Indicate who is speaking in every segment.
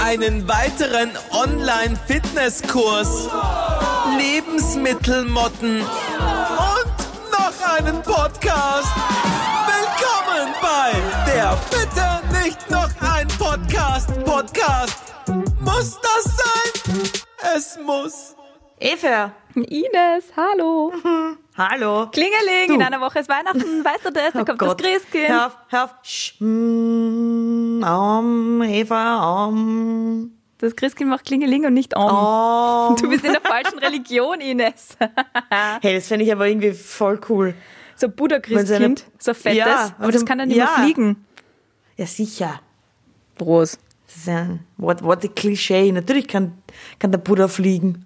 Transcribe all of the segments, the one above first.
Speaker 1: einen weiteren Online-Fitnesskurs, Lebensmittelmotten und noch einen Podcast. Willkommen bei der Bitte nicht noch ein Podcast. Podcast. Muss das sein? Es muss.
Speaker 2: Efe,
Speaker 3: Ines, hallo.
Speaker 2: hallo. Oh
Speaker 3: Klingeling, in einer Woche ist Weihnachten. Weißt du das? Da kommt das Christkind.
Speaker 2: Hör auf, hör auf. Sch- mm, Om, Eva, Om.
Speaker 3: Das Christkind macht Klingeling und nicht Om.
Speaker 2: Oh. Om.
Speaker 3: Du bist in der falschen Religion, Ines.
Speaker 2: Hey, das fände ich aber irgendwie voll cool.
Speaker 3: So ein
Speaker 2: Wenn
Speaker 3: Buddha-Christkind,
Speaker 2: seine-
Speaker 3: so fettes.
Speaker 2: Ja,
Speaker 3: aber das
Speaker 2: und-
Speaker 3: kann dann nicht
Speaker 2: ja.
Speaker 3: mehr fliegen.
Speaker 2: Ja, sicher.
Speaker 3: Groß.
Speaker 2: Das ist ja, what, what a Klischee. Natürlich kann, kann der Buddha fliegen.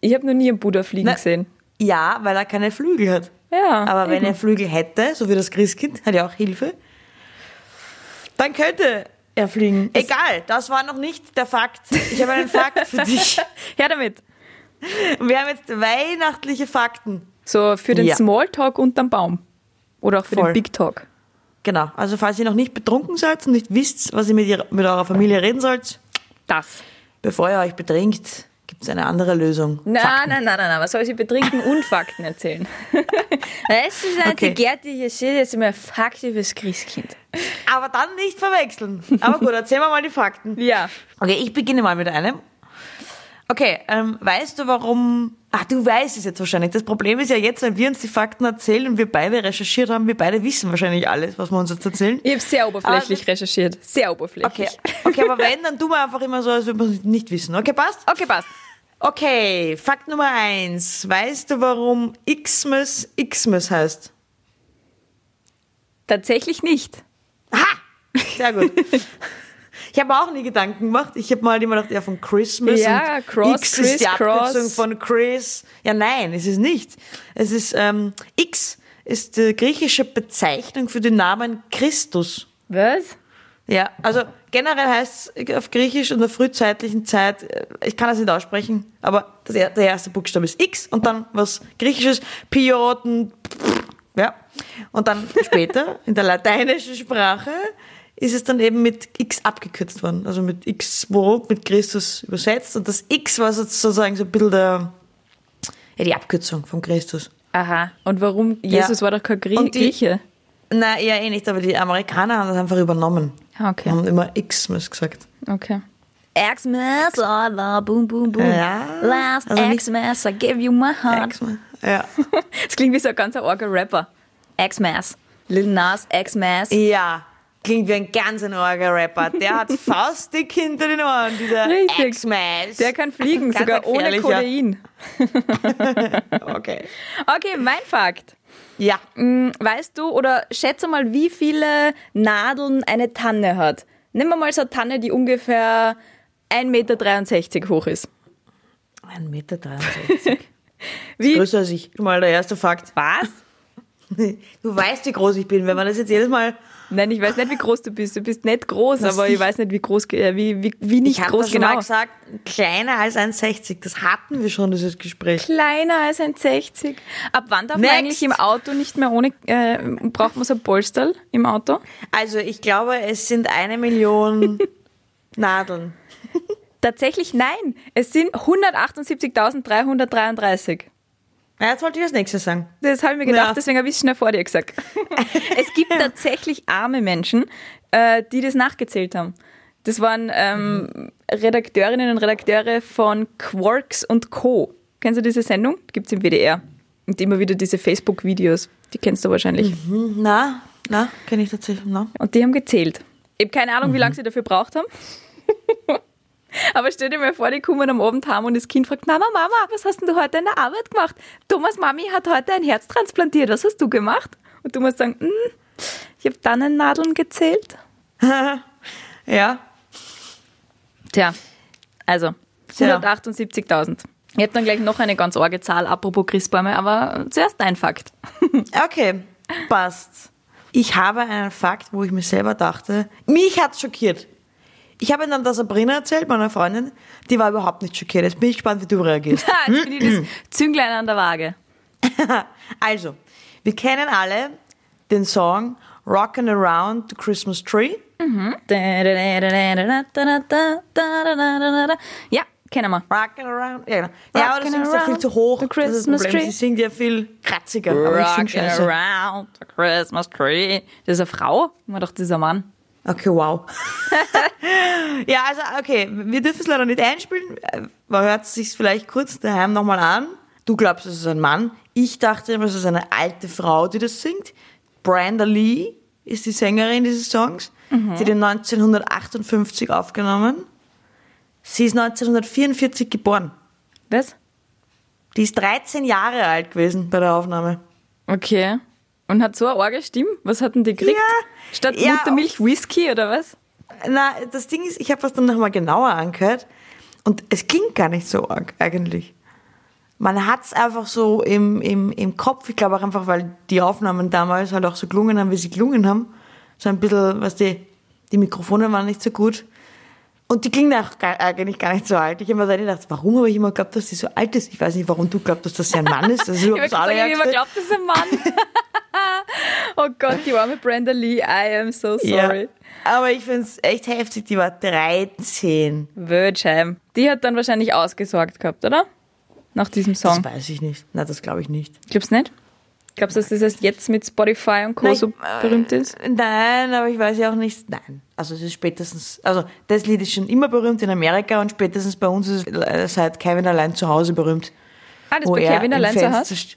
Speaker 3: Ich habe noch nie einen Buddha fliegen
Speaker 2: Na-
Speaker 3: gesehen.
Speaker 2: Ja, weil er keine Flügel hat.
Speaker 3: Ja,
Speaker 2: Aber wenn
Speaker 3: Ah, eben.
Speaker 2: er Flügel hätte, so wie das Christkind, hat ja auch Hilfe, dann könnte er fliegen. Egal, das war noch nicht der Fakt. Ich habe einen Fakt für dich.
Speaker 3: Her damit.
Speaker 2: Und wir haben jetzt weihnachtliche Fakten.
Speaker 3: So für den
Speaker 2: Ja.
Speaker 3: Smalltalk unterm Baum. Oder auch für
Speaker 2: Voll.
Speaker 3: den Big Talk.
Speaker 2: Genau, also falls ihr noch nicht betrunken seid und nicht wisst, was ihr mit, ihrer, mit eurer Familie reden sollt,
Speaker 3: Das.
Speaker 2: bevor ihr euch betrinkt, gibt es eine andere Lösung.
Speaker 3: Nein,
Speaker 2: Fakten.
Speaker 3: nein, nein, nein, nein. Was soll ich betrinken und Fakten erzählen? Es ist eine
Speaker 2: Okay.
Speaker 3: gärtliche Schäde, ist immer ein faktisches Christkind.
Speaker 2: Aber dann nicht verwechseln. Aber gut, erzählen wir mal die Fakten.
Speaker 3: Ja.
Speaker 2: Okay, ich beginne mal mit einem. Okay, ähm, weißt du, warum... Ach, du weißt es jetzt wahrscheinlich. Das Problem ist ja jetzt, wenn wir uns die Fakten erzählen und wir beide recherchiert haben, wir beide wissen wahrscheinlich alles, was wir uns jetzt erzählen.
Speaker 3: Ich habe sehr oberflächlich
Speaker 2: Ah,
Speaker 3: recherchiert. Sehr
Speaker 2: Okay,
Speaker 3: oberflächlich.
Speaker 2: okay, aber wenn, dann tun wir einfach immer so, als würden wir es nicht wissen. Okay, passt?
Speaker 3: Okay, passt.
Speaker 2: Okay, Fakt Nummer eins. Weißt du, warum Xmas Xmas heißt?
Speaker 3: Tatsächlich nicht.
Speaker 2: Sehr gut. ich habe mir auch nie Gedanken gemacht. Ich habe mal halt immer gedacht, ja, von Christmas.
Speaker 3: Ja,
Speaker 2: und
Speaker 3: Cross,
Speaker 2: X ist die
Speaker 3: Chris, Cross.
Speaker 2: Abkürzung von Chris. Ja, nein, es ist nicht. Es ist, ähm, X ist die griechische Bezeichnung für den Namen Christus.
Speaker 3: Was?
Speaker 2: Ja, also generell heißt es auf Griechisch in der frühzeitlichen Zeit, äh, ich kann das nicht aussprechen, aber das, er- der erste Buchstabe ist X und dann was Griechisches, Pioten, ja. Und dann später in der lateinischen Sprache ist es dann eben mit X abgekürzt worden, also mit X, wo mit Christus übersetzt und das X war jetzt sozusagen so ein bisschen der, ja, die Abkürzung von Christus.
Speaker 3: Aha. Und warum? Jesus war doch kein Grie
Speaker 2: Und die-
Speaker 3: Grieche.
Speaker 2: Na, eher eh nicht, aber die Amerikaner haben das einfach übernommen.
Speaker 3: Ah, okay.
Speaker 4: Mhm.
Speaker 2: Haben immer X gesagt.
Speaker 3: Okay.
Speaker 4: Xmas, oh, la, boom, boom, boom.
Speaker 2: Ja.
Speaker 4: Last
Speaker 2: Also nicht-
Speaker 4: Xmas, I give you my heart.
Speaker 2: X-Men. Ja.
Speaker 3: Das klingt wie so ein ganzer orger Rapper.
Speaker 4: Xmas. Lil Nas Xmas.
Speaker 2: ja. Klingt wie ein ganz enorger Rapper. Der hat faustdick hinter den Ohren, dieser
Speaker 3: Richtig.
Speaker 2: X-Mass.
Speaker 3: Der kann fliegen,
Speaker 2: Ganz
Speaker 3: sogar ohne
Speaker 2: gefährlicher.
Speaker 3: Kodein.
Speaker 2: Okay.
Speaker 3: Okay, mein Fakt.
Speaker 2: Ja.
Speaker 3: Hm, Weißt du oder schätze mal, wie viele Nadeln eine Tanne hat? Nimm mal so eine Tanne, die ungefähr 1,63 Meter hoch ist.
Speaker 2: 1,63 Meter. 63.
Speaker 3: Wie?
Speaker 2: Größer als ich. Mal der erste Fakt.
Speaker 3: Was?
Speaker 2: Du weißt, wie groß ich bin. Wenn man das jetzt jedes Mal.
Speaker 3: Nein, ich weiß nicht, wie groß du bist. Du bist nicht groß, aber ich
Speaker 2: ich-
Speaker 3: weiß nicht, wie groß, ge- äh, wie, wie, wie nicht
Speaker 2: hab
Speaker 3: groß
Speaker 2: das schon mal
Speaker 3: genau.
Speaker 2: gesagt, kleiner als 1,60. Das hatten wir schon, dieses Gespräch.
Speaker 3: Kleiner als ein 60. Ab wann darf man
Speaker 2: Next.
Speaker 3: eigentlich im Auto nicht mehr ohne, äh, braucht man so ein Polsterl im Auto?
Speaker 2: Also, ich glaube, es sind eine Million Nadeln.
Speaker 3: Tatsächlich nein. Es sind 178.333.
Speaker 2: Ja, jetzt wollte ich das nächste sagen.
Speaker 3: Das habe ich mir gedacht,
Speaker 2: Ja.
Speaker 3: deswegen habe ich es schnell vor dir gesagt. es gibt tatsächlich arme Menschen, äh, die das nachgezählt haben. Das waren ähm, Redakteurinnen und Redakteure von Quarks und Co. Kennst du diese Sendung? Gibt es im WDR. Und immer wieder diese Facebook-Videos. Die kennst du wahrscheinlich.
Speaker 2: Hm, Na, na, kenne ich tatsächlich. Na.
Speaker 3: Und die haben gezählt. Ich habe keine Ahnung, wie lange sie dafür braucht haben. Aber stell dir mal vor, die kommen am Abend heim und das Kind fragt, Mama, Mama, was hast denn du heute in der Arbeit gemacht? Thomas Mami hat heute ein Herz transplantiert, was hast du gemacht? Und du musst sagen, "Mm, ich habe Tannennadeln gezählt.
Speaker 2: Ja,
Speaker 3: Tja, also
Speaker 2: Tja.
Speaker 3: 178.000. Ich habe dann gleich noch eine ganz arge Zahl, apropos Christbäume, aber zuerst dein Fakt.
Speaker 2: Okay, passt. Ich habe einen Fakt, wo ich mir selber dachte, mich hat schockiert. Ich habe dann der Sabrina erzählt, meiner Freundin, die war überhaupt nicht schockiert. Jetzt bin ich gespannt, wie du reagierst.
Speaker 3: Ha, Jetzt bin ich das Zünglein an der Waage.
Speaker 2: also, wir kennen alle den Song Rockin' Around the Christmas Tree.
Speaker 3: Mhm. Ja, kennen wir.
Speaker 2: Rockin' Around. Ja, genau. ja aber das
Speaker 3: Rockin'
Speaker 2: singt ja viel
Speaker 3: around
Speaker 2: zu hoch.
Speaker 3: the
Speaker 2: das ist das
Speaker 3: Christmas
Speaker 2: Problem.
Speaker 3: tree.
Speaker 2: Sie singt ja viel kratziger. Aber ich sing
Speaker 3: Rockin'
Speaker 2: scheiße.
Speaker 3: around the Christmas tree. Das ist eine Frau? Man dachte, das ist ein Mann.
Speaker 2: Okay, wow. ja, also okay, wir dürfen es leider nicht einspielen. Äh, Man hört es sich vielleicht kurz daheim nochmal an. Du glaubst, es ist ein Mann. Ich dachte immer, es ist eine alte Frau, die das singt. Brenda Lee ist die Sängerin dieses Songs. Sie hat ihn 1958 aufgenommen. Sie ist 1944 geboren.
Speaker 3: Was?
Speaker 2: Die ist 13 Jahre alt gewesen bei der Aufnahme.
Speaker 3: Okay. Und hat so eine arge Stimme? Was hat denn die gekriegt?
Speaker 2: Ja.
Speaker 3: Statt
Speaker 2: Ja.
Speaker 3: Muttermilch Whisky oder was?
Speaker 2: Na, das Ding ist, ich habe das dann nochmal genauer angehört und es klingt gar nicht so arg eigentlich. Man hat es einfach so im, im, im Kopf, ich glaube auch einfach, weil die Aufnahmen damals halt auch so gelungen haben, wie sie gelungen haben. So ein bisschen, was die, die Mikrofone waren nicht so gut. Und die klingen auch gar, eigentlich gar nicht so alt. Ich habe mir dann gedacht, warum habe ich immer geglaubt, dass sie so alt ist? Ich weiß nicht, warum du glaubst, dass das ja ein Mann ist. Das ist
Speaker 3: Ich habe gesagt, ich glaubt, das ist ein Mann. oh Gott, die arme Brenda Lee. I am so sorry.
Speaker 2: ja. Aber ich finde es echt heftig, die war 13.
Speaker 3: Wördscheim. Die hat dann wahrscheinlich ausgesorgt gehabt, oder? Nach diesem
Speaker 2: Das
Speaker 3: Song.
Speaker 2: weiß ich nicht. Na, das glaube ich nicht.
Speaker 3: Glaubst du nicht? Glaubst du, dass das erst jetzt mit Spotify und Co.
Speaker 2: Nein,
Speaker 3: so
Speaker 2: äh,
Speaker 3: berühmt ist?
Speaker 2: Nein, aber ich weiß ja auch nicht. Nein. Also es ist spätestens, also das Lied ist schon immer berühmt in Amerika und spätestens bei uns ist es äh, seit Kevin allein zu Hause berühmt.
Speaker 3: Ah, das bei
Speaker 2: im
Speaker 3: Kevin allein zu
Speaker 2: Fenster
Speaker 3: Hause?
Speaker 2: st-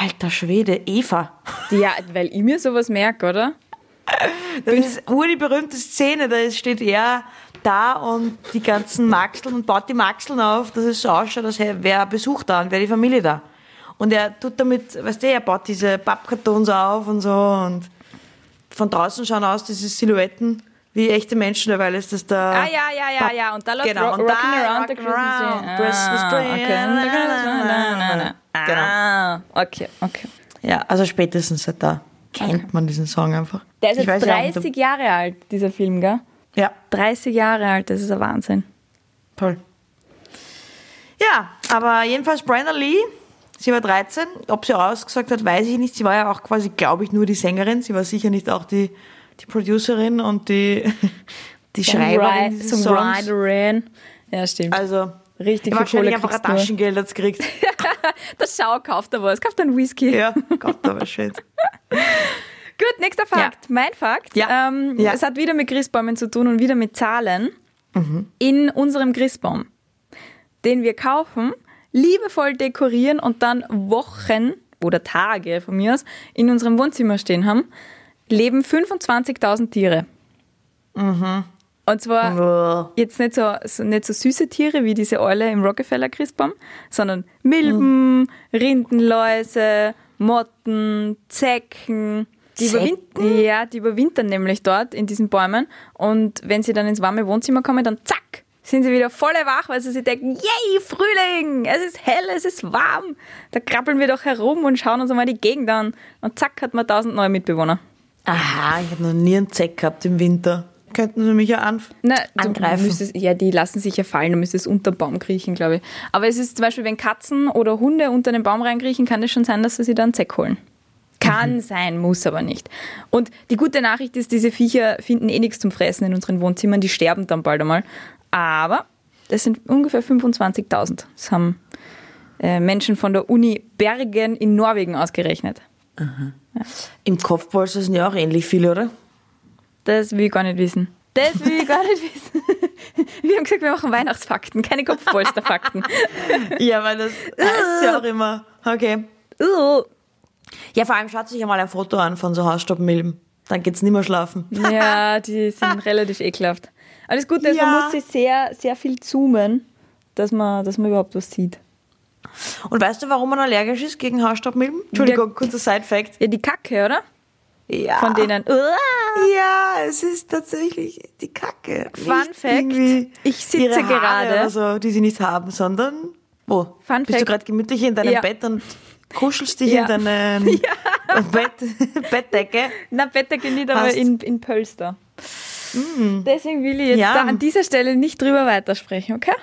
Speaker 2: Alter Schwede, Eva.
Speaker 3: Ja, weil ich mir sowas merke, oder?
Speaker 2: Das ist nur die berühmte Szene, da ist- steht er da und die ganzen Maxeln und baut die Maxeln auf, dass es so ausschaut, als hätte- wäre Besuch da und wäre die Familie da. Und er tut damit, weißt du, er baut diese Pappkartons auf und so und von draußen schauen aus diese Silhouetten wie echte Menschen, derweil ist das da.
Speaker 3: Ah, ja, ja, ja, ja. Und da läuft
Speaker 2: Genau,
Speaker 3: genau,
Speaker 2: und
Speaker 3: Rockin'
Speaker 2: da
Speaker 3: Around the
Speaker 2: Rockin' Around Christmas
Speaker 3: Christmas Tree. Ah,
Speaker 2: Tree.
Speaker 3: okay.
Speaker 2: Na, na, na, na, na. Genau.
Speaker 3: Ah, okay, okay.
Speaker 2: Ja, also spätestens seit da kennt man diesen Song einfach.
Speaker 3: Der ist
Speaker 2: Ich
Speaker 3: jetzt
Speaker 2: weiß ja auch nicht,
Speaker 3: 30 Jahre alt, dieser Film, gell?
Speaker 2: ob- Ja,
Speaker 3: 30 Jahre alt, das ist ein Wahnsinn.
Speaker 2: Toll. Ja, aber jedenfalls Brenda Lee, sie war 13. Ob sie ausgesagt hat, weiß ich nicht. Sie war ja auch quasi, glaube ich, nur die Sängerin. Sie war sicher nicht auch die, die Producerin und die, die Schreiberin
Speaker 3: Songwri-
Speaker 2: dieses Songs.
Speaker 3: Songwriterin. Ja, stimmt.
Speaker 2: Also,
Speaker 3: Richtig viel
Speaker 2: wahrscheinlich
Speaker 3: Kohle
Speaker 2: einfach ein
Speaker 3: kriegst du.
Speaker 2: Taschengeld hat's gekriegt.
Speaker 3: das Schau kauft er was, kauft einen Whisky.
Speaker 2: Ja, Gott, aber schön.
Speaker 3: Gut, nächster Fakt. Mein Fakt.
Speaker 2: Ja.
Speaker 3: Ähm,
Speaker 2: Ja.
Speaker 3: Es hat wieder mit Christbäumen zu tun und wieder mit Zahlen. In unserem Christbaum, den wir kaufen, liebevoll dekorieren und dann Wochen oder Tage von mir aus in unserem Wohnzimmer stehen haben, leben 25.000 Tiere.
Speaker 2: Mhm.
Speaker 3: Und zwar
Speaker 2: Boah.
Speaker 3: jetzt nicht so, so, nicht so süße Tiere wie diese Eule im Rockefeller-Christbaum, sondern Milben, Rindenläuse, Motten, Zecken. Die
Speaker 2: Zecken?
Speaker 3: überwintern, ja, die überwintern nämlich dort in diesen Bäumen. Und wenn sie dann ins warme Wohnzimmer kommen, dann zack, sind sie wieder voll wach, weil sie sich denken, yay, Frühling, es ist hell, es ist warm. Da krabbeln wir doch herum und schauen uns einmal die Gegend an. Und zack, hat man tausend neue Mitbewohner.
Speaker 2: Aha, ich habe noch nie einen Zeck gehabt im Winter. Könnten Sie mich ja anf...
Speaker 3: Na,
Speaker 2: angreifen.
Speaker 3: Du müsstest, ja, die lassen sich ja fallen, du müsstest unter den Baum kriechen, glaube ich. Aber es ist zum Beispiel, wenn Katzen oder Hunde unter den Baum reinkriechen, kann es schon sein, dass sie sie dann Zeck holen. Kann sein, muss aber nicht. Und die gute Nachricht ist, diese Viecher finden eh nichts zum Fressen in unseren Wohnzimmern, die sterben dann bald einmal. Aber das sind ungefähr 25.000. Das haben äh, Menschen von der Uni Bergen in Norwegen ausgerechnet.
Speaker 2: Im Kopfbolster sind ja auch ähnlich viele, oder?
Speaker 3: Das will ich gar nicht wissen. Das will ich gar nicht wissen. Wir haben gesagt, wir machen Weihnachtsfakten, keine Kopfpolsterfakten.
Speaker 2: Ja, weil das heißt ja auch immer. Okay.
Speaker 3: Uh.
Speaker 2: Ja, vor allem schaut sich einmal ein Foto an von so Hausstaubmilben. Dann geht's nimmer schlafen.
Speaker 3: Ja, die sind relativ ekelhaft. Aber das Gute ist, man
Speaker 2: Ja.
Speaker 3: muss sich sehr, sehr viel zoomen, dass man, dass man überhaupt was sieht.
Speaker 2: Und weißt du, warum man allergisch ist gegen Hausstaubmilben? Entschuldigung, kurzer Side-Fact.
Speaker 3: Ja, die Kacke, oder?
Speaker 2: Ja.
Speaker 3: Von denen. Uh, Uah.
Speaker 2: Ja, es ist tatsächlich die Kacke.
Speaker 3: Fun
Speaker 2: Nicht
Speaker 3: Fact,
Speaker 2: irgendwie
Speaker 3: ich sitze
Speaker 2: ihre Haare
Speaker 3: gerade-
Speaker 2: Oder so, die sie nicht haben, sondern. Wo?
Speaker 3: Fun
Speaker 2: Bist du
Speaker 3: Fact.
Speaker 2: gerade gemütlich in deinem
Speaker 3: Ja.
Speaker 2: Bett und kuschelst dich
Speaker 3: Ja.
Speaker 2: in deinen Bett, Bettdecke?
Speaker 3: Na, Bettdecke nicht, aber
Speaker 2: Passt. Mm.
Speaker 3: in, in Pölster. Deswegen will ich jetzt
Speaker 2: Ja.
Speaker 3: da an dieser Stelle nicht drüber weitersprechen, okay?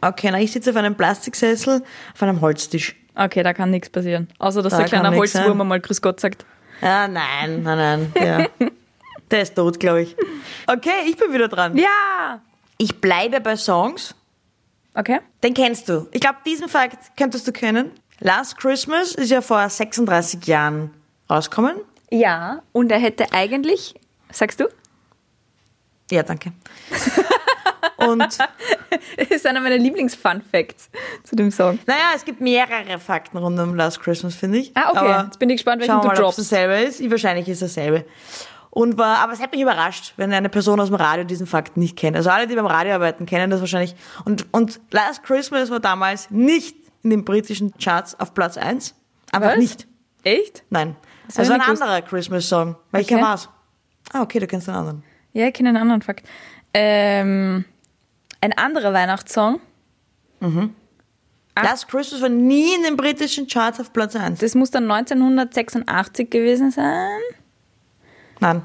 Speaker 2: Okay, na, ich sitze auf einem Plastiksessel, auf einem Holztisch.
Speaker 3: Okay, da kann nichts passieren. Außer, dass
Speaker 2: Da
Speaker 3: der
Speaker 2: kann
Speaker 3: kleine
Speaker 2: nix sein.
Speaker 3: Holzwurm einmal Grüß Gott sagt.
Speaker 2: Ja, Ah, nein, nein, nein. Ja. Der ist tot, glaube ich. Okay, ich bin wieder dran.
Speaker 3: Ja!
Speaker 2: Ich bleibe bei Songs.
Speaker 3: Okay.
Speaker 2: Den kennst du. Ich glaube, diesen Fakt könntest du kennen. Last Christmas ist ja vor 36 Jahren rausgekommen.
Speaker 3: Ja, und er hätte eigentlich, sagst du?
Speaker 2: Ja, danke. Und
Speaker 3: Das ist einer meiner Lieblings-Fun-Facts zu dem Song.
Speaker 2: naja, es gibt mehrere Fakten rund um Last Christmas, finde ich.
Speaker 3: Ah, okay. Jetzt bin ich gespannt, welchen
Speaker 2: schauen wir
Speaker 3: du
Speaker 2: mal, ob es
Speaker 3: droppst.
Speaker 2: dasselbe ist. Ich- Wahrscheinlich ist es dasselbe. Und war, aber es hat mich überrascht, wenn eine Person aus dem Radio diesen Fakt nicht kennt. Also alle, die beim Radio arbeiten, kennen das wahrscheinlich. Und, und Last Christmas war damals nicht in den britischen Charts auf Platz 1. Einfach
Speaker 3: Was?
Speaker 2: nicht.
Speaker 3: Echt?
Speaker 2: Nein.
Speaker 3: hab ich
Speaker 2: Also ein
Speaker 3: nicht gewusst.
Speaker 2: anderer Christmas-Song. Welcher
Speaker 3: Okay.
Speaker 2: war's? Ah, okay, du kennst den anderen.
Speaker 3: Ja, ich kenne einen anderen Fakt. Ähm, ein anderer Weihnachtssong, Ah.
Speaker 2: Last Christmas war nie in den britischen Charts auf Platz 1.
Speaker 3: das muss dann 1986 gewesen sein.
Speaker 2: Nein,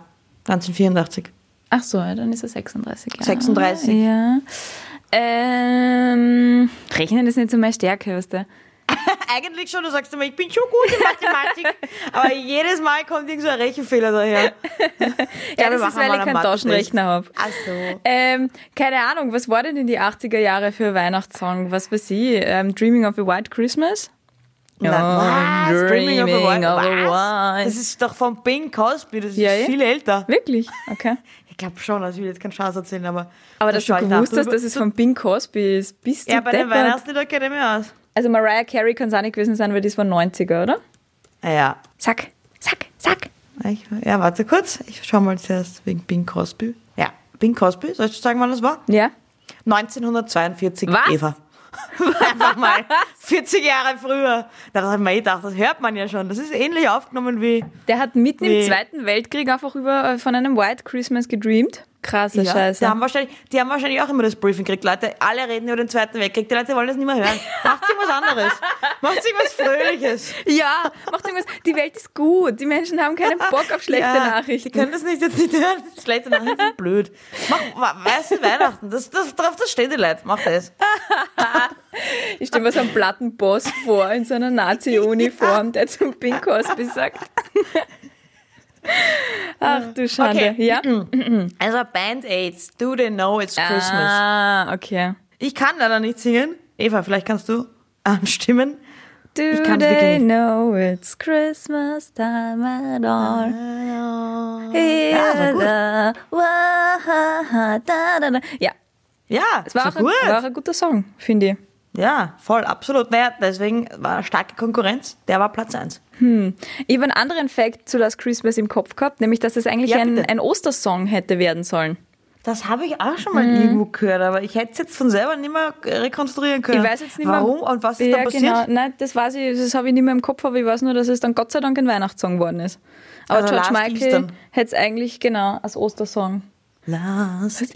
Speaker 2: 1984.
Speaker 3: Ach so, ja, dann ist er 36 Jahre.
Speaker 2: 36.
Speaker 3: Ja. Ähm, Rechnen ist nicht so meine Stärke, weißt du.
Speaker 2: Eigentlich schon, du sagst immer, ich bin schon gut in Mathematik, aber jedes Mal kommt irgend so ein Rechenfehler daher.
Speaker 3: Ja,
Speaker 2: wir
Speaker 3: das
Speaker 2: machen mal
Speaker 3: ist, weil ich
Speaker 2: einen
Speaker 3: keinen
Speaker 2: Mathe-Test.
Speaker 3: Taschenrechner habe.
Speaker 2: Ach so.
Speaker 3: Ähm, keine Ahnung, was war denn in die 80er Jahre für ein Weihnachtssong? Was weiß ich? Ähm, Dreaming of a White Christmas?
Speaker 2: Na,
Speaker 3: I'm
Speaker 2: was? Dreaming of a White- was?
Speaker 3: White-
Speaker 2: Das ist doch von Bing Cosby, das ist
Speaker 3: Ja, ja.
Speaker 2: viel älter.
Speaker 3: Wirklich? Okay.
Speaker 2: Ich glaube schon, also ich will jetzt keinen Scheiß erzählen, aber.
Speaker 3: Aber
Speaker 2: das
Speaker 3: dass du
Speaker 2: schau ich nach.
Speaker 3: gewusst hast,
Speaker 2: Du-
Speaker 3: dass es von Bing Cosby ist, bist du
Speaker 2: Ja, bei den
Speaker 3: deppert.
Speaker 2: Weihnachtslieder kenne ich mich aus.
Speaker 3: Also Mariah Carey kann es auch nicht gewesen sein, weil das war 90er, oder?
Speaker 2: Ah, Ja.
Speaker 3: Sack, sack, sack.
Speaker 2: Ich, ja, warte kurz. Ich schau mal zuerst wegen Bing Crosby. Ja, Bing Crosby, soll ich dir sagen, wann das war?
Speaker 3: Ja.
Speaker 2: 1942,
Speaker 3: Was?
Speaker 2: Eva. Einfach mal 40 Jahre früher. Da habe ich mir eh gedacht, das hört man ja schon. Das ist ähnlich aufgenommen wie.
Speaker 3: Der hat mitten im
Speaker 2: Nee.
Speaker 3: Zweiten Weltkrieg einfach über, äh, von einem White Christmas gedreamt. Krasse Scheiße.
Speaker 2: Die, haben wahrscheinlich, die haben wahrscheinlich auch immer das Briefing gekriegt. Leute, alle reden über den Zweiten Weltkrieg. Die Leute wollen das nicht mehr hören. Macht sich was anderes. Macht sich was Fröhliches.
Speaker 3: Ja, macht irgendwas. Die Welt ist gut. Die Menschen haben keinen Bock auf schlechte
Speaker 2: Ja, Die
Speaker 3: Nachrichten.
Speaker 2: können das nicht jetzt nicht hören. Schlechte Nachrichten sind blöd. Mach weiße Weihnachten. Das, das, drauf, das stehen die Leute. Mach das.
Speaker 3: Ich stelle mir so einen Plattenboss vor in so einer Nazi-Uniform, der zum Pink Cosby sagt. Ach du Schande.
Speaker 2: Okay.
Speaker 3: Ja?
Speaker 2: Also Band Aids. Do they know it's Christmas?
Speaker 3: Ah, okay.
Speaker 2: Ich kann leider nicht singen. Eva, vielleicht kannst du ähm, stimmen.
Speaker 3: Do
Speaker 2: kann's
Speaker 3: they
Speaker 2: wirklich nicht.
Speaker 3: know it's Christmas time at all? Äh,
Speaker 2: Ja, war gut.
Speaker 3: Ja, ja,
Speaker 2: Ja,
Speaker 3: es war, auch
Speaker 2: so
Speaker 3: ein,
Speaker 2: gut.
Speaker 3: war ein guter Song, finde ich.
Speaker 2: Ja, voll, absolut. Naja, deswegen war starke Konkurrenz. Der war Platz 1.
Speaker 3: Ich habe einen anderen Fact zu Last Christmas im Kopf gehabt, nämlich dass es eigentlich
Speaker 2: Ja,
Speaker 3: ein,
Speaker 2: bitte.
Speaker 3: ein Ostersong hätte werden sollen.
Speaker 2: Das habe ich auch schon mal
Speaker 3: Mhm.
Speaker 2: irgendwo gehört, aber ich hätte es jetzt von selber nicht mehr äh, rekonstruieren können.
Speaker 3: Ich weiß jetzt nicht mehr.
Speaker 2: Warum und was ist da passiert?
Speaker 3: Genau. Nein, das weiß ich, das habe ich nicht mehr im Kopf, aber ich weiß nur, dass es dann Gott sei Dank ein Weihnachtssong geworden ist. Aber
Speaker 2: Also
Speaker 3: George
Speaker 2: Last
Speaker 3: Michael
Speaker 2: Eastern.
Speaker 3: hätte es eigentlich genau als Ostersong.
Speaker 2: Last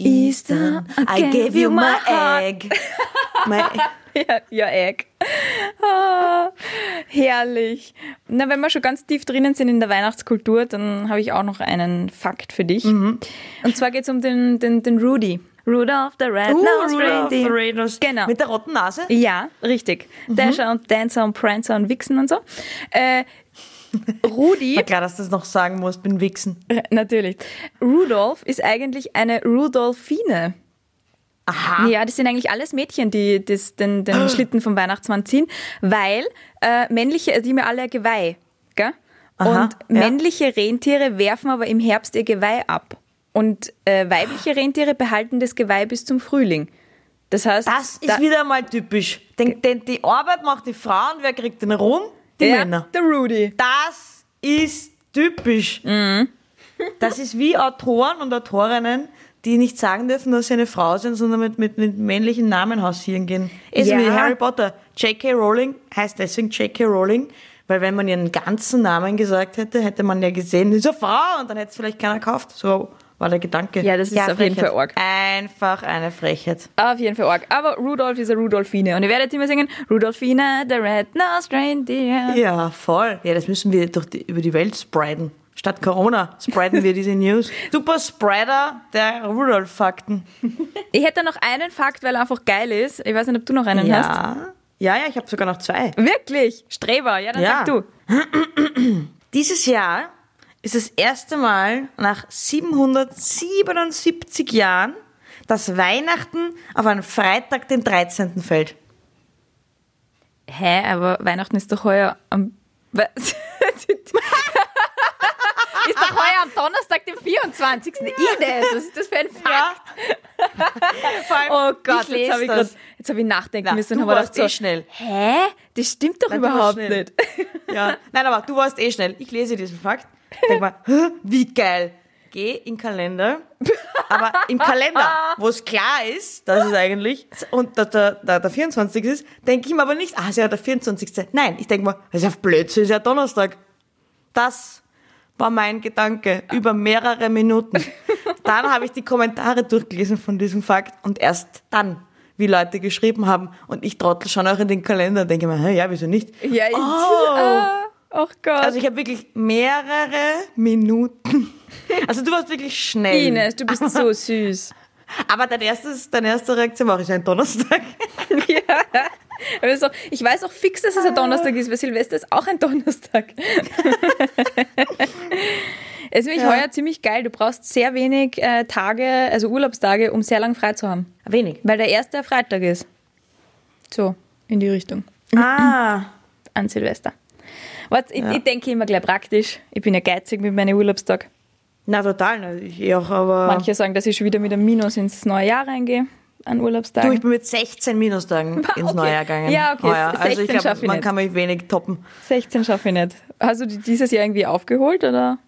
Speaker 2: Easter,
Speaker 3: Easter,
Speaker 2: I gave you my egg. My
Speaker 3: Ja, ja Egg. Ah, herrlich. Na, wenn wir schon ganz tief drinnen sind in der Weihnachtskultur, dann habe ich auch noch einen Fakt für dich.
Speaker 2: Mhm.
Speaker 3: Und zwar geht es um den, den, den Rudy. Rudolph the Red-Nosed
Speaker 2: Rudolph the
Speaker 3: Reindeer.
Speaker 2: Red-Nosed-
Speaker 3: Genau.
Speaker 2: Mit der roten Nase?
Speaker 3: Ja, richtig.
Speaker 2: Mhm.
Speaker 3: Dasher und Dancer und Prancer und Vixen und so. Äh, Rudi,
Speaker 2: War klar, dass du das noch sagen musst, bin Wichsen.
Speaker 3: natürlich. Rudolf ist eigentlich eine Rudolfine.
Speaker 2: Aha.
Speaker 3: Ja, das sind eigentlich alles Mädchen, die das, den,
Speaker 2: Ah.
Speaker 3: den Schlitten vom Weihnachtsmann ziehen, weil äh, männliche, also die haben ja alle ein Geweih. Gell?
Speaker 2: Aha,
Speaker 3: und
Speaker 2: ja.
Speaker 3: männliche Rentiere werfen aber im Herbst ihr Geweih ab. Und äh, weibliche Rentiere behalten das Geweih bis zum Frühling. Das heißt,
Speaker 2: Das ist
Speaker 3: da-
Speaker 2: wieder mal typisch. Denn, denn die Arbeit macht die Frauen, wer kriegt den Ruhm? Die
Speaker 3: ja,
Speaker 2: Männer.
Speaker 3: der Rudy.
Speaker 2: Das ist typisch. Das ist wie Autoren und Autorinnen, die nicht sagen dürfen, dass sie eine Frau sind, sondern mit, mit, mit männlichen Namen hausieren gehen. Ist
Speaker 3: Ja.
Speaker 2: wie Harry Potter. J.K. Rowling heißt deswegen J.K. Rowling, weil wenn man ihren ganzen Namen gesagt hätte, hätte man ja gesehen, diese Frau, und dann hätte es vielleicht keiner gekauft. So war der Gedanke.
Speaker 3: Ja, das ist auf jeden
Speaker 2: Frechheit.
Speaker 3: Fall arg.
Speaker 2: Einfach eine Frechheit.
Speaker 3: Auf jeden Fall arg. Aber Rudolf ist eine Rudolfine. Und ihr werdet immer singen, Rudolfine, the red-nosed reindeer.
Speaker 2: Ja, voll. Ja, das müssen wir durch die, über die Welt spreaden. Statt Corona spreaden wir diese News. Super Spreader der Rudolf-Fakten.
Speaker 3: Ich hätte noch einen Fakt, weil er einfach geil ist. Ich weiß nicht, ob du noch einen hast.
Speaker 2: Ja. Ja, ja, ich habe sogar noch zwei.
Speaker 3: Wirklich? Streber, ja, dann
Speaker 2: Ja.
Speaker 3: sag du.
Speaker 2: Dieses Jahr ist das erste Mal nach 777 Jahren, dass Weihnachten auf einen Freitag, den 13. fällt.
Speaker 3: Hä, aber Weihnachten ist doch heuer am. Was? ist doch heuer am Donnerstag, dem 24. Ines, was ist das für ein Fakt?
Speaker 2: Vor allem,
Speaker 3: Oh
Speaker 2: ich
Speaker 3: Gott, jetzt
Speaker 2: lese
Speaker 3: habe ich,
Speaker 2: das.
Speaker 3: grad, jetzt hab ich nachdenken
Speaker 2: Na,
Speaker 3: müssen
Speaker 2: du
Speaker 3: und habe
Speaker 2: warst
Speaker 3: gedacht, so,
Speaker 2: eh schnell.
Speaker 3: Hä? Das stimmt doch
Speaker 2: Nein, du warst
Speaker 3: überhaupt
Speaker 2: schnell.
Speaker 3: nicht.
Speaker 2: Ja. Nein, aber du warst eh schnell. Ich lese diesen Fakt. Denk mal, "Hä, wie geil. Geh in Kalender. Aber im Kalender, wo es klar ist, dass es eigentlich, und da der, der, der 24. ist, denke ich mir aber nicht, ah, ist ja der 24. Nein, ich denke mal, das ist ja Blödsinn, ist ja Donnerstag. Das war mein Gedanke über mehrere Minuten. Dann habe ich die Kommentare durchgelesen von diesem Fakt und erst dann, wie Leute geschrieben haben und ich trottel schon auch in den Kalender und denke mir, hä, ja, wieso nicht?
Speaker 3: Ja, ich,
Speaker 2: Oh.
Speaker 3: Ah, oh Gott.
Speaker 2: Also ich habe wirklich mehrere Minuten. Also du warst wirklich schnell.
Speaker 3: Ines, du bist so süß.
Speaker 2: Aber dein erstes, deine erste Reaktion war, ist ein Donnerstag.
Speaker 3: Aber so, ich weiß auch fix, dass es ein Donnerstag ist, weil Silvester ist auch ein Donnerstag. es ist nämlich
Speaker 2: Ja.
Speaker 3: heuer ziemlich geil. Du brauchst sehr wenig äh, Tage, also Urlaubstage, um sehr lang frei zu haben.
Speaker 2: Wenig.
Speaker 3: Weil der erste Freitag ist. So, in die Richtung.
Speaker 2: Ah.
Speaker 3: An Silvester. Was, ich, ich denke immer gleich praktisch. Ich bin ja geizig mit meinen Urlaubstag.
Speaker 2: Na total, ne, ich eh auch, aber...
Speaker 3: Manche sagen, dass ich schon wieder mit einem Minus ins neue Jahr reingehe, an Urlaubstagen.
Speaker 2: Du, ich bin mit 16 Minustagen ins
Speaker 3: Okay.
Speaker 2: Neue Jahr gegangen.
Speaker 3: Ja, okay,
Speaker 2: heuer.
Speaker 3: 16
Speaker 2: Also ich
Speaker 3: schaff
Speaker 2: glaube,
Speaker 3: ich
Speaker 2: man
Speaker 3: nicht.
Speaker 2: kann mich wenig toppen.
Speaker 3: 16 schaffe ich nicht. Hast du die dieses Jahr irgendwie aufgeholt oder?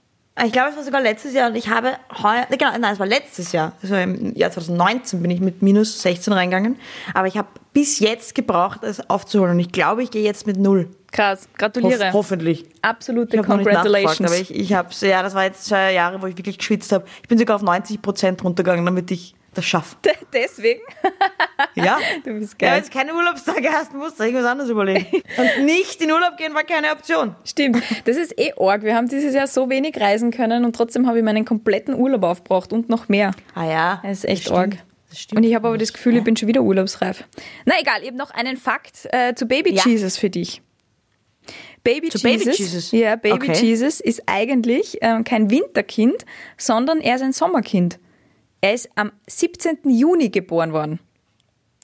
Speaker 2: Ich glaube, es war sogar letztes Jahr und ich habe heuer, ne, genau, nein, es war letztes Jahr. Also im Jahr 2019 bin ich mit minus 16 reingegangen. Aber ich habe bis jetzt gebraucht, es aufzuholen. Und ich glaube, ich gehe jetzt mit null.
Speaker 3: Krass,
Speaker 2: Ho
Speaker 3: gratuliere.
Speaker 2: hoffentlich.
Speaker 3: Absolute
Speaker 2: Ich habe noch nicht nachgefragt,
Speaker 3: Congratulations.
Speaker 2: aber ich, ich habe ja, das war jetzt zwei Jahre, wo ich wirklich geschwitzt habe. Ich bin sogar auf 90 Prozent runtergegangen, damit ich das schaffe.
Speaker 3: De- Deswegen.
Speaker 2: Ja?
Speaker 3: Du bist
Speaker 2: Ja,
Speaker 3: geil.
Speaker 2: wenn du keine Urlaubstage hast, musst du irgendwas anderes überlegen. Und nicht in Urlaub gehen war keine Option.
Speaker 3: Stimmt. Das ist eh arg. Wir haben dieses Jahr so wenig reisen können und trotzdem habe ich meinen kompletten Urlaub aufgebraucht und noch mehr.
Speaker 2: Ah ja.
Speaker 3: Das ist echt
Speaker 2: stimmt.
Speaker 3: arg.
Speaker 2: Das stimmt.
Speaker 3: Und ich habe aber das Gefühl, ich bin schon wieder urlaubsreif. Na egal, eben noch einen Fakt äh, zu Baby
Speaker 2: Ja.
Speaker 3: Jesus für dich. Baby
Speaker 2: Zu Baby
Speaker 3: Jesus.
Speaker 2: Jesus?
Speaker 3: Ja, Baby
Speaker 2: Okay.
Speaker 3: Jesus ist eigentlich ähm, kein Winterkind, sondern er ist ein Sommerkind. Er ist am 17. Juni geboren worden.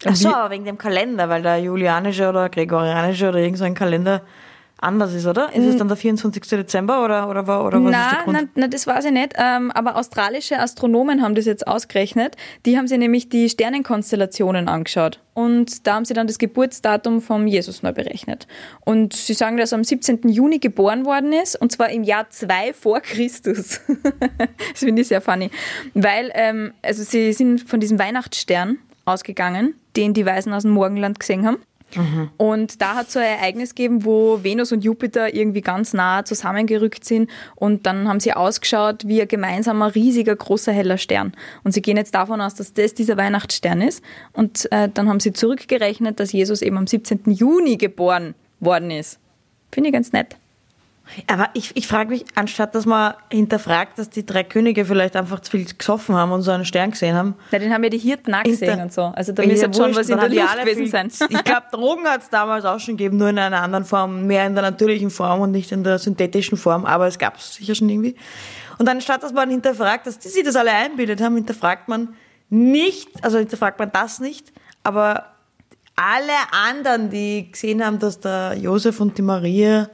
Speaker 2: Ach so, aber wegen dem Kalender, weil der julianische oder gregorianische oder irgend so ein Kalender anders ist, oder? Ist es dann der 24. Dezember oder, oder, wa- oder was ist der
Speaker 3: Na,
Speaker 2: Grund?
Speaker 3: na, na, das weiß ich nicht. Ähm, aber australische Astronomen haben das jetzt ausgerechnet. Die haben sich nämlich die Sternenkonstellationen angeschaut. Und da haben sie dann das Geburtsdatum vom Jesus neu berechnet. Und sie sagen, dass er am 17. Juni geboren worden ist. Und zwar im Jahr 2 vor Christus. das finde ich sehr funny. Weil, ähm, also sie sind von diesem Weihnachtsstern ausgegangen, den die Weisen aus dem Morgenland gesehen haben. Und da hat es so ein Ereignis gegeben, wo Venus und Jupiter irgendwie ganz nah zusammengerückt sind und dann haben sie ausgeschaut wie ein gemeinsamer, riesiger, großer, heller Stern. Und sie gehen jetzt davon aus, dass das dieser Weihnachtsstern ist. Und äh, dann haben sie zurückgerechnet, dass Jesus eben am 17. Juni geboren worden ist. Finde ich ganz nett.
Speaker 2: Aber ich, ich frage mich, anstatt dass man hinterfragt, dass die drei Könige vielleicht einfach zu viel gesoffen haben und so einen Stern gesehen haben.
Speaker 3: Na, den haben ja die Hirten auch
Speaker 2: Ist
Speaker 3: gesehen
Speaker 2: da-
Speaker 3: und so. Also da
Speaker 2: Ist
Speaker 3: müsste
Speaker 2: ja
Speaker 3: jetzt schon
Speaker 2: wurscht,
Speaker 3: was in
Speaker 2: dann
Speaker 3: der
Speaker 2: haben die
Speaker 3: Luft
Speaker 2: alle viel-
Speaker 3: gewesen sein.
Speaker 2: Ich glaube, Drogen hat es damals auch schon gegeben, nur in einer anderen Form, mehr in der natürlichen Form und nicht in der synthetischen Form, aber es gab es sicher schon irgendwie. Und anstatt, dass man hinterfragt, dass die sich das alle einbildet haben, hinterfragt man nicht, also hinterfragt man das nicht, aber alle anderen, die gesehen haben, dass der Josef und die Maria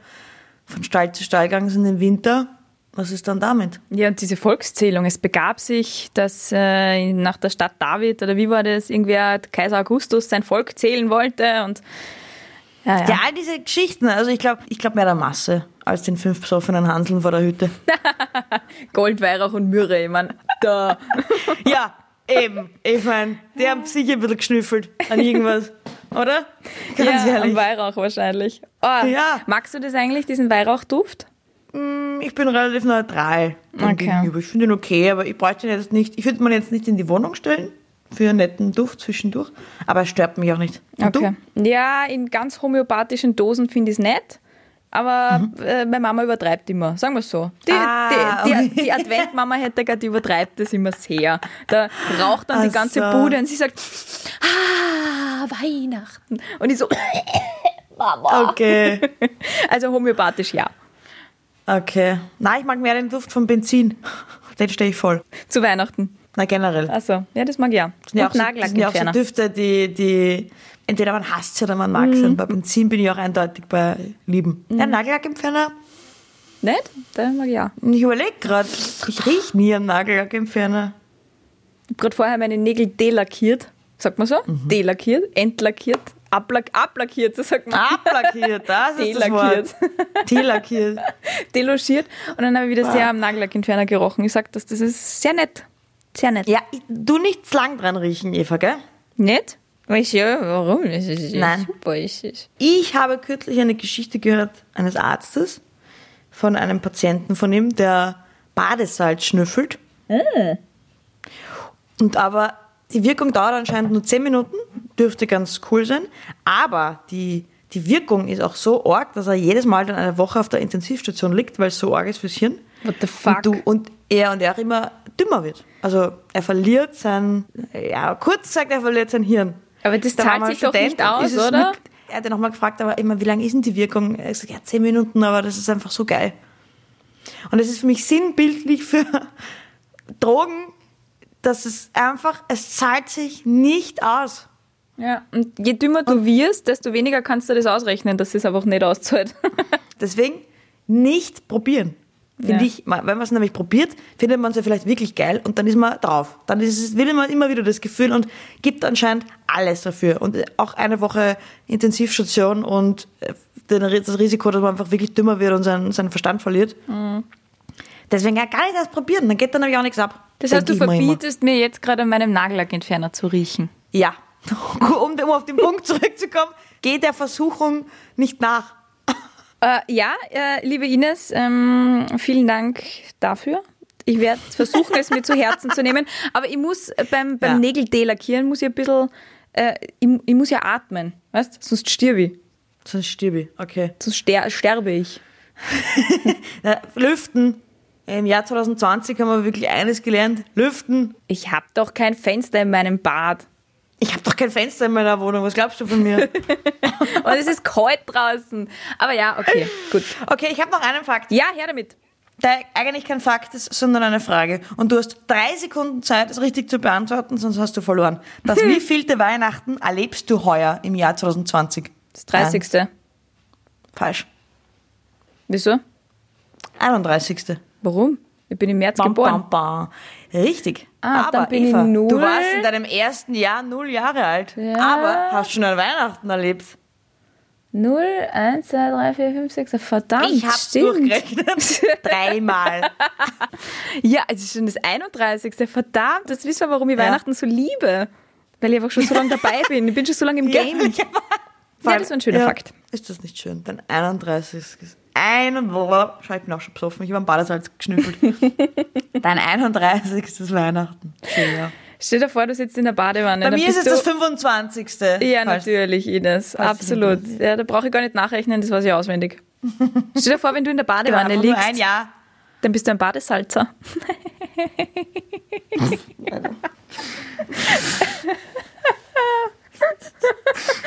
Speaker 2: von Stall zu Stall gegangen sind im Winter, was ist dann damit?
Speaker 3: Ja, und diese Volkszählung, es begab sich, dass äh, nach der Stadt David, oder wie war das, irgendwer hat Kaiser Augustus sein Volk zählen wollte und ja, ja.
Speaker 2: Ja, all diese Geschichten. Also ich glaube, ich glaube mehr der Masse als den fünf besoffenen Hanseln vor der Hütte.
Speaker 3: Gold, Weihrauch und Myrrhe, ich mein, da.
Speaker 2: Ja, eben. Ich meine, die haben sicher ein bisschen geschnüffelt an irgendwas, oder? Ganz
Speaker 3: ja, am
Speaker 2: ehrlich.
Speaker 3: Weihrauch wahrscheinlich. Oh,
Speaker 2: Ja.
Speaker 3: Magst du das eigentlich, diesen Weihrauchduft?
Speaker 2: Mm, Ich bin relativ neutral dem
Speaker 3: Okay.
Speaker 2: gegenüber. Ich finde ihn okay, aber ich bräuchte ihn jetzt nicht. Ich würde man jetzt nicht in die Wohnung stellen für einen netten Duft zwischendurch, aber er stört mich auch nicht. Und
Speaker 3: Okay. Ja, in ganz homöopathischen Dosen finde ich es nett. Aber äh, meine Mama übertreibt immer, sagen wir es so. Die,
Speaker 2: Mhm. Ah,
Speaker 3: die, die, die Adventmama hätte die übertreibt das immer sehr. Da raucht dann die
Speaker 2: Ach
Speaker 3: ganze
Speaker 2: so.
Speaker 3: Bude und sie sagt, ah, Weihnachten. Und ich so,
Speaker 2: du? Okay.
Speaker 3: also homöopathisch ja.
Speaker 2: Okay. Nein, ich mag mehr den Duft von Benzin. Den stehe ich voll.
Speaker 3: Zu Weihnachten.
Speaker 2: Na, generell.
Speaker 3: Achso, ja, das mag ich auch.
Speaker 2: sind ja auch
Speaker 3: Und
Speaker 2: so, das sind ja auch so
Speaker 3: Nagellackentferner.
Speaker 2: Düfte, die, die entweder man hasst sie oder man mag sie. Und bei Benzin bin ich auch eindeutig bei Lieben. Ja, Nagellackentferner,
Speaker 3: Nicht? Da mag ich auch.
Speaker 2: ich überlege gerade, ich rieche nie am Nagellackentferner.
Speaker 3: Ich habe gerade vorher meine Nägel delackiert. Sagt man so?
Speaker 2: Mhm.
Speaker 3: Delackiert, entlackiert, ablack, ablackiert, das sagt man.
Speaker 2: Ablackiert, das ist das Wort. Teelackiert.
Speaker 3: Delogiert. Und dann habe ich wieder
Speaker 2: Ah.
Speaker 3: sehr am Nagellackentferner gerochen. Ich sag das, das ist sehr nett.
Speaker 4: Sehr nett.
Speaker 2: Ja, ich- du nicht zu lang dran riechen, Eva, gell?
Speaker 3: Nett? Ich, ja, warum? Ich, ich,
Speaker 2: Nein.
Speaker 3: Super, ich, ich.
Speaker 2: Ich habe kürzlich eine Geschichte gehört eines Arztes, von einem Patienten von ihm, der Badesalz schnüffelt.
Speaker 3: Ah.
Speaker 2: Und aber die Wirkung dauert anscheinend nur 10 Minuten, dürfte ganz cool sein. Aber die, die Wirkung ist auch so arg, dass er jedes Mal dann eine Woche auf der Intensivstation liegt, weil es so arg ist fürs Hirn.
Speaker 3: What the fuck?
Speaker 2: Und, du, und er und er auch immer dümmer wird. Also er verliert sein, ja, kurz gesagt, er verliert sein Hirn.
Speaker 3: Aber das
Speaker 2: Da
Speaker 3: zahlt
Speaker 2: waren wir
Speaker 3: sich doch
Speaker 2: Studenten,
Speaker 3: nicht aus,
Speaker 2: ist es
Speaker 3: oder?
Speaker 2: Mit, er hat ja nochmal gefragt, aber immer, wie lang ist denn die Wirkung? Er hat gesagt, ja, zehn Minuten, aber das ist einfach so geil. Und es ist für mich sinnbildlich für Drogen, dass es einfach, es zahlt sich nicht aus.
Speaker 3: Ja, und je dümmer du wirst, desto weniger kannst du das ausrechnen, dass es einfach nicht auszahlt.
Speaker 2: Deswegen nicht probieren. Finde
Speaker 3: Ja.
Speaker 2: ich, wenn man es nämlich probiert, findet man es ja vielleicht wirklich geil und dann ist man drauf. Dann ist es, will man immer wieder das Gefühl und gibt anscheinend alles dafür. Und äh, auch eine Woche Intensivstation und äh, den Ri- das Risiko, dass man einfach wirklich dümmer wird und seinen, seinen Verstand verliert.
Speaker 3: Mhm.
Speaker 2: Deswegen ja gar nicht erst probieren, dann geht dann nämlich auch nichts ab.
Speaker 3: Das heißt,
Speaker 2: Denk
Speaker 3: du
Speaker 2: ich mir immer.
Speaker 3: verbietest mir jetzt gerade an meinem Nagellackentferner zu riechen.
Speaker 2: Ja. Um, um auf den Punkt zurückzukommen, geh der Versuchung nicht nach.
Speaker 3: Äh, ja, äh, liebe Ines, ähm, vielen Dank dafür. Ich werde versuchen, es mir zu Herzen zu nehmen. Aber ich muss äh, beim, beim
Speaker 2: Ja.
Speaker 3: Nägel delackieren, muss ich ein bisschen, äh, ich, ich muss ja atmen, weißt? Sonst stirbe ich.
Speaker 2: Sonst stirb ich, okay.
Speaker 3: Sonst ster sterbe ich.
Speaker 2: Na, lüften. Im Jahr 2020 haben wir wirklich eines gelernt. Lüften.
Speaker 3: Ich habe doch kein Fenster in meinem Bad.
Speaker 2: Ich habe doch kein Fenster in meiner Wohnung. Was glaubst du von mir?
Speaker 3: Und es ist kalt draußen. Aber ja, okay, gut.
Speaker 2: Okay, ich habe noch einen Fakt,
Speaker 3: Ja, her damit.
Speaker 2: der eigentlich kein Fakt ist, sondern eine Frage. Und du hast drei Sekunden Zeit, es richtig zu beantworten, sonst hast du verloren. Das wievielte Weihnachten erlebst du heuer im Jahr 2020?
Speaker 3: Das 30.
Speaker 2: Nein, falsch.
Speaker 3: Wieso?
Speaker 2: 31.
Speaker 3: Warum? Ich bin im März
Speaker 2: Bam,
Speaker 3: geboren.
Speaker 2: bam, bam. Richtig.
Speaker 3: Ah,
Speaker 2: Aber
Speaker 3: dann bin ich
Speaker 2: Eva, du
Speaker 3: null.
Speaker 2: warst in deinem ersten Jahr null Jahre alt.
Speaker 3: Ja.
Speaker 2: Aber hast schon ein Weihnachten erlebt.
Speaker 3: 0, 1, 2, 3, 4, 5, 6. Verdammt,
Speaker 2: Ich hab's
Speaker 3: stimmt.
Speaker 2: durchgerechnet. Dreimal.
Speaker 3: Ja, es ist schon das 31. Verdammt, das wissen wir, warum ich Weihnachten so liebe. Weil ich einfach schon so lange dabei bin. Ich bin schon so lange im Game. Ja, das war ein schöner
Speaker 2: Ja.
Speaker 3: Fakt.
Speaker 2: Ist das nicht schön? Dein 31. Ein Schau, ich bin auch schon besoffen. Ich habe am Badesalz geschnüffelt. Dein 31. Weihnachten. Schön, ja.
Speaker 3: Stell dir vor, du sitzt in der Badewanne.
Speaker 2: Bei
Speaker 3: dann
Speaker 2: mir ist
Speaker 3: bist
Speaker 2: es das
Speaker 3: du
Speaker 2: 25.
Speaker 3: Ja,
Speaker 2: Falls-
Speaker 3: natürlich, Ines. Absolut. Ja, da brauche ich gar nicht nachrechnen, das weiß ich auswendig. Stell dir vor, wenn du in der Badewanne
Speaker 2: Einfach Genau, nur ein
Speaker 3: liegst,
Speaker 2: Jahr.
Speaker 3: dann bist du ein Badesalzer.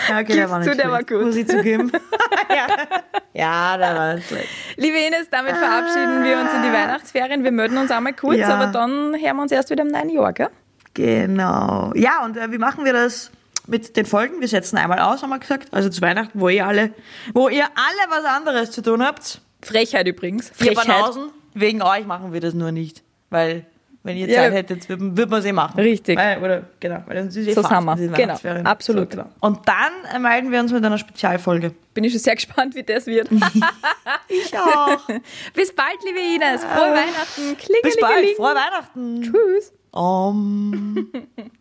Speaker 2: Ja, okay, der war
Speaker 3: Gib's
Speaker 2: nicht
Speaker 3: zu, der war
Speaker 2: schlecht.
Speaker 3: gut.
Speaker 2: Muss ich zugeben. ja. ja, der war nicht schlecht.
Speaker 3: Liebe Ines, damit verabschieden wir uns in die Weihnachtsferien. Wir melden uns einmal kurz,
Speaker 2: Ah. Ja.
Speaker 3: aber dann hören wir uns erst wieder im neuen Jahr, gell?
Speaker 2: Genau. Ja, und äh, wie machen wir das mit den Folgen? Wir setzen einmal aus, haben wir gesagt. Also zu Weihnachten, wo ihr alle, wo ihr alle was anderes zu tun habt.
Speaker 3: Frechheit übrigens.
Speaker 2: Ihr
Speaker 3: Frechheit.
Speaker 2: Banausen, wegen euch machen wir das nur nicht. Weil, wenn ihr
Speaker 3: Ja.
Speaker 2: Zeit hättet, würden würd wir es eh machen.
Speaker 3: Richtig.
Speaker 2: Weil, oder, genau. Weil dann sind eh
Speaker 3: So
Speaker 2: fast
Speaker 3: sind wir.
Speaker 2: in den
Speaker 3: Genau.
Speaker 2: Weihnachtsferien.
Speaker 3: Absolut.
Speaker 2: So, genau. Und dann äh, melden wir uns mit einer Spezialfolge.
Speaker 3: Bin ich schon sehr gespannt, wie das wird.
Speaker 2: Ich auch.
Speaker 3: Bis bald, liebe Ines. Frohe Weihnachten.
Speaker 2: Äh, Bis bald.
Speaker 3: Klingelingeling.
Speaker 2: Frohe Weihnachten.
Speaker 3: Tschüss.
Speaker 2: Um.